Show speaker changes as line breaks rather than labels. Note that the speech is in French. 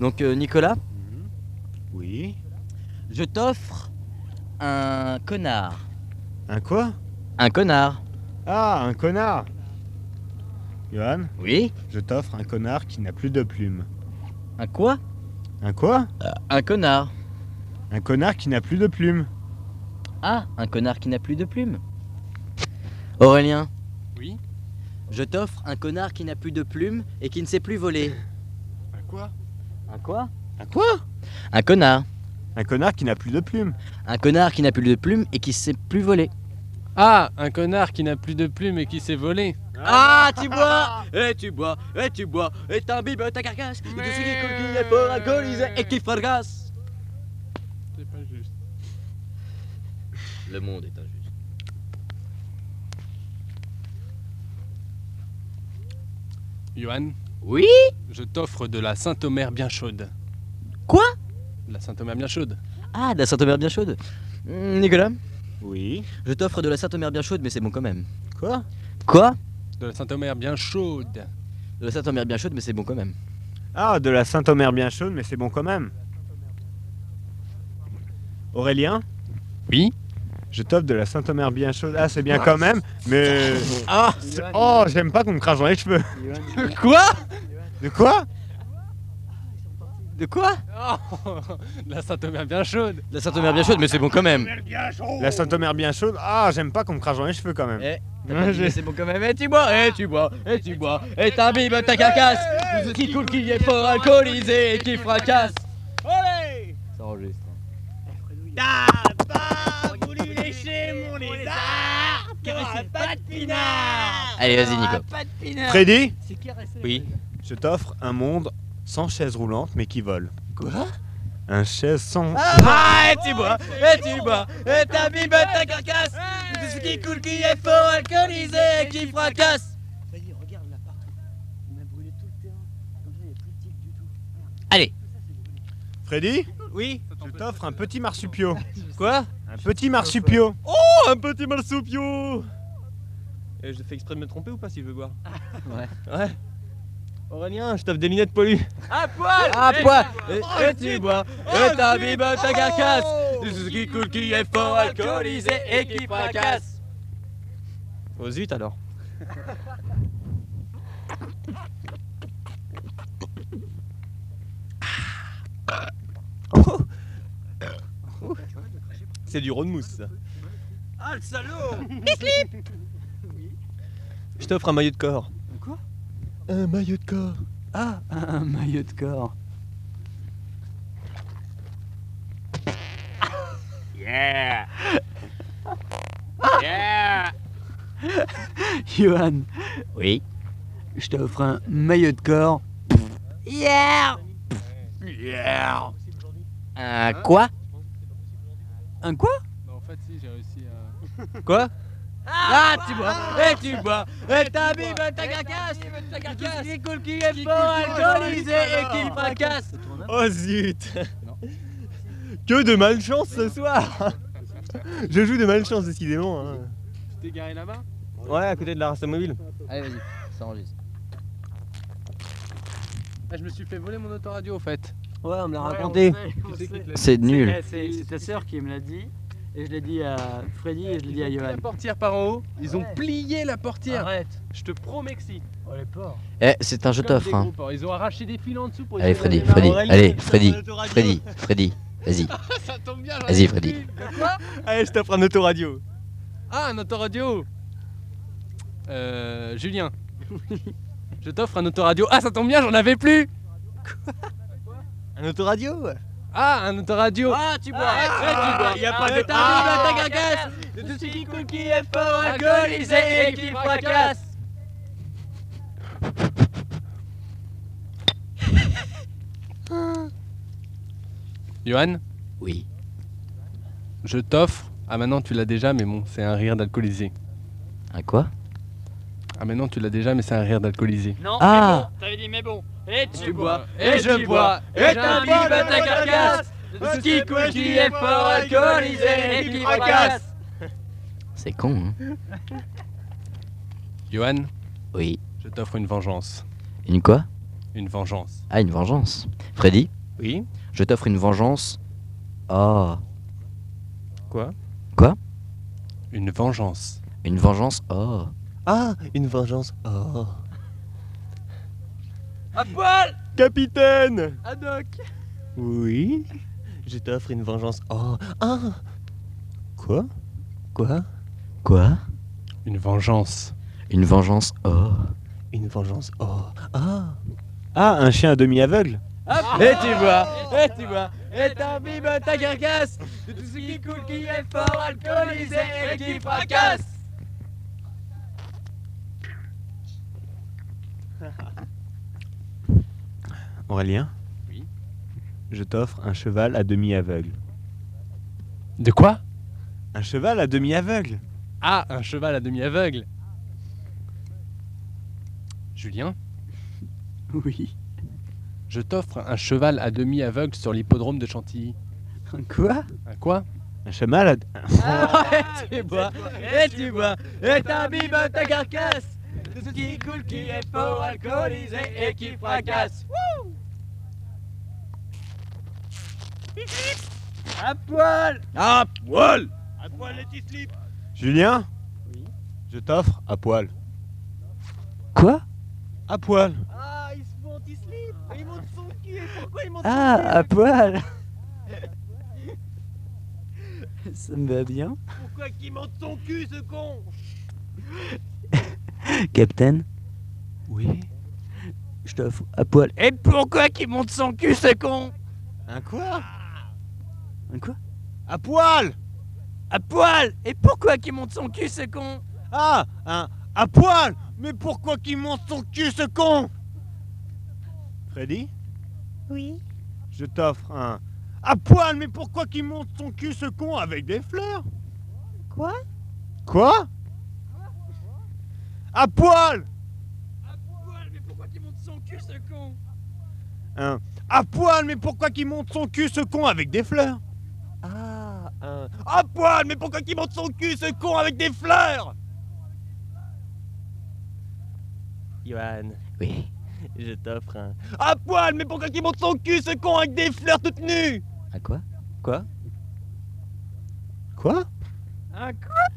Donc euh, Nicolas,
Oui.
je t'offre un connard.
Un quoi
Un connard
Ah, un connard Johan,
Oui
je t'offre un connard qui n'a plus de plumes.
Un quoi
Un quoi
Un connard.
Un connard qui n'a plus de plumes.
Ah, un connard qui n'a plus de plumes. Aurélien,
Oui
je t'offre un connard qui n'a plus de plumes et qui ne sait plus voler.
À quoi
Un quoi
Un quoi
Un connard.
Un connard qui n'a plus de plumes.
Un connard qui n'a plus de plumes et qui ne sait plus voler.
Ah, un connard qui n'a plus de plumes et qui s'est volé.
Ah, tu bois Et tu bois, et tu bois, eh, et t'imbibes ta carcasse, et tu suis les coquilles pour un colisée, et qui fargasse
C'est pas juste.
Le monde est injuste.
Johan,
Oui
je t'offre de la Saint-Omer bien chaude.
Quoi
De la Saint-Omer bien chaude.
Ah, de la Sainte-Omer bien chaude. Hmm, Nicolas,
Oui.
je t'offre de la Sainte-Omer bien chaude, mais c'est bon quand même.
Quoi
Quoi
De la Saint-Omer bien chaude.
De la Sainte-Omer bien chaude, mais c'est bon quand même.
Ah, de la Saint-Omer bien chaude, mais c'est bon quand même. Aurélien,
Oui
je t'offre de la Saint-Omer bien chaude. Ah, c'est bien quand même, mais... Ah, c'est- oh, j'aime pas qu'on me crache dans les cheveux.
Quoi
De quoi
De quoi
Oh. De la Saint-Omer bien chaude.
De la Sainte-Omer bien chaude, mais c'est bon quand même.
La Saint-Omer bien chaude. Ah, j'aime pas qu'on me crache dans les cheveux quand même.
Eh, t'as
Ouais,
pas dit,
j'ai-
mais c'est bon quand même. Et tu bois, et tu bois, et tu bois, et t'imbibes ta carcasse. Tout ce qui coule, qui est fort alcoolisé et qui fracasse. Ça enregistre. hein.
Eh, Ah,
Allez, vas-y, Nico.
Freddy
Oui.
Je t'offre un monde sans chaise roulante mais qui vole. Quoi Un chaise sans. Ah,
Ah, et tu bois, et tu bois, et t'imbibes ta carcasse. Tout ce qui coule, qui est fort alcoolisé et qui fracasse.
Vas-y, regarde là partout. On a brûlé tout le terrain. Comme ça, il n'y a plus de tic du tout.
Allez.
Freddy
Oui.
Je t'offre un petit marsupio.
Quoi
Un petit marsupio.
Oh, un petit malsoupio Et je fais exprès de me tromper ou pas si je veux boire
Ouais.
Ouais. Aurélien, je t'offre des lunettes pollues.
Ah, poil. Et, et tu bois, Oh, et t'imbibes ta carcasse.
Oh.
Tout ce qui coule, qui est fort alcoolisé et qui fracasse.
Oh zut alors. Oh. Ouh. C'est du road mousse. ça.
Ah, le salaud
Je t'offre un maillot de corps.
Quoi
Un maillot de corps. Ah,
Un maillot de corps. Yeah Johan,
Oui.
je t'offre un maillot de corps. Yeah
Un quoi
Un quoi
Non, Bah, en fait, si, j'ai réussi à.
quoi
Ah, tu bois, et tu bois, et ta bim, ta carcasse, ta carcasse, qui coule, qui est fort, alcoolisé et qui fracasse.
Oh zut Que de malchance ce soir Je joue de malchance décidément. hein.
Tu t'es garé là-bas
Ouais, à côté de la race mobile.
Allez, vas-y, ça enregistre.
Ah, je me suis fait voler mon autoradio, au fait.
Ouais, on me l'a
raconté.
C'est nul.
Eh, C'est c'est ta sœur qui me l'a dit. Et je l'ai dit à Freddy et je l'ai dit à
La
Johan.
portière par en haut, ils ont
Ouais.
plié la portière.
Arrête.
Je te promets que si.
Oh les porcs.
Eh, c'est un je
Comme
t'offre.
des
Hein.
groupes, hein. Ils ont arraché des fils en dessous pour
Allez,
essayer de
Freddy,
les
Freddy,
marrer.
allez, Freddy, Freddy, Freddy, vas-y.
Ça tombe bien, j'en
Vas-y,
ai
Freddy.
une. De quoi
Allez, je t'offre un autoradio.
Ah, un autoradio Euh. Julien. Je t'offre un autoradio. Ah, ça tombe bien, j'en avais plus
Un autoradio
Ah, un autoradio
Ah, tu bois,
il y a pas de-
ta bim, ta carcasse, tout ce qui coule, qui est fort, alcoolisé et qui fracasse.
Johan,
Oui.
je t'offre. Ah, maintenant tu l'as déjà, mais bon, c'est un rire d'alcoolisé.
Un quoi
Ah, maintenant tu l'as déjà, mais c'est un rire d'alcoolisé.
Non,
Ah.
mais bon, t'avais dit mais bon. Et tu,
et je bois, et t'imbibes ta carcasse,
ce qui coule, qui est fort, alcoolisé et qui fracasse.
C'est con, hein
Johan,
Oui.
je t'offre une vengeance.
Une quoi
Une vengeance.
Ah, une vengeance. Freddy,
Oui
je t'offre une vengeance. Oh,
Une vengeance.
une vengeance. Oh.
Ah, une vengeance. Oh.
À poil
Capitaine
Adoc
Oui Je t'offre une vengeance. Oh. Ah Quoi Quoi
Quoi
Une vengeance.
Une vengeance. Oh.
Une vengeance. Oh. Ah
Ah, un chien à demi aveugle
Et tu vois, et tu vois, et ta bibe,
ben,
ta carcasse De tout ce qui coule, qui est fort, alcoolisé et qui fracasse
Aurélien
Oui.
Je t'offre un cheval à demi aveugle.
De quoi
Un cheval à demi aveugle
Ah, un cheval à demi aveugle. Julien
Oui.
Je t'offre un cheval à demi aveugle sur l'hippodrome de Chantilly.
Quoi
Un quoi
Un cheval à...
Et tu vois, et tu vois, et ta bibe, ta carcasse De tout ce qui coule, qui est fort, alcoolisé et qui fracasse Wouh À poil À poil À poil et slip
Julien
Oui.
Je t'offre à poil.
Quoi
À poil
Ah, ils se montent, ils slip Ils montent son cul, et pourquoi ils montent
Ah, à poil Ça me va bien.
Pourquoi qu'il monte son cul, ce con
Captain,
Oui.
je t'offre à poil. Eh! Et pourquoi qu'il monte son cul, ce con
Un quoi
Un quoi
À poil
À poil Et pourquoi qu'il monte son cul, ce con
Ah Un à poil Mais pourquoi qu'il monte son cul ce con Freddy
Oui.
Je t'offre un à poil Mais pourquoi qu'il monte son cul ce con avec des fleurs
Quoi
Quoi À poil À poil Mais pourquoi qu'il monte son cul ce con Un à poil Mais pourquoi qu'il monte son cul ce con avec des fleurs
Ah un...
À poil Mais pourquoi qu'il monte son cul ce con avec des fleurs
Johan,
Oui.
je t'offre un... À poil Mais pourquoi qu'il monte son cul ce con avec des fleurs toutes nues
À quoi
Quoi
Un quoi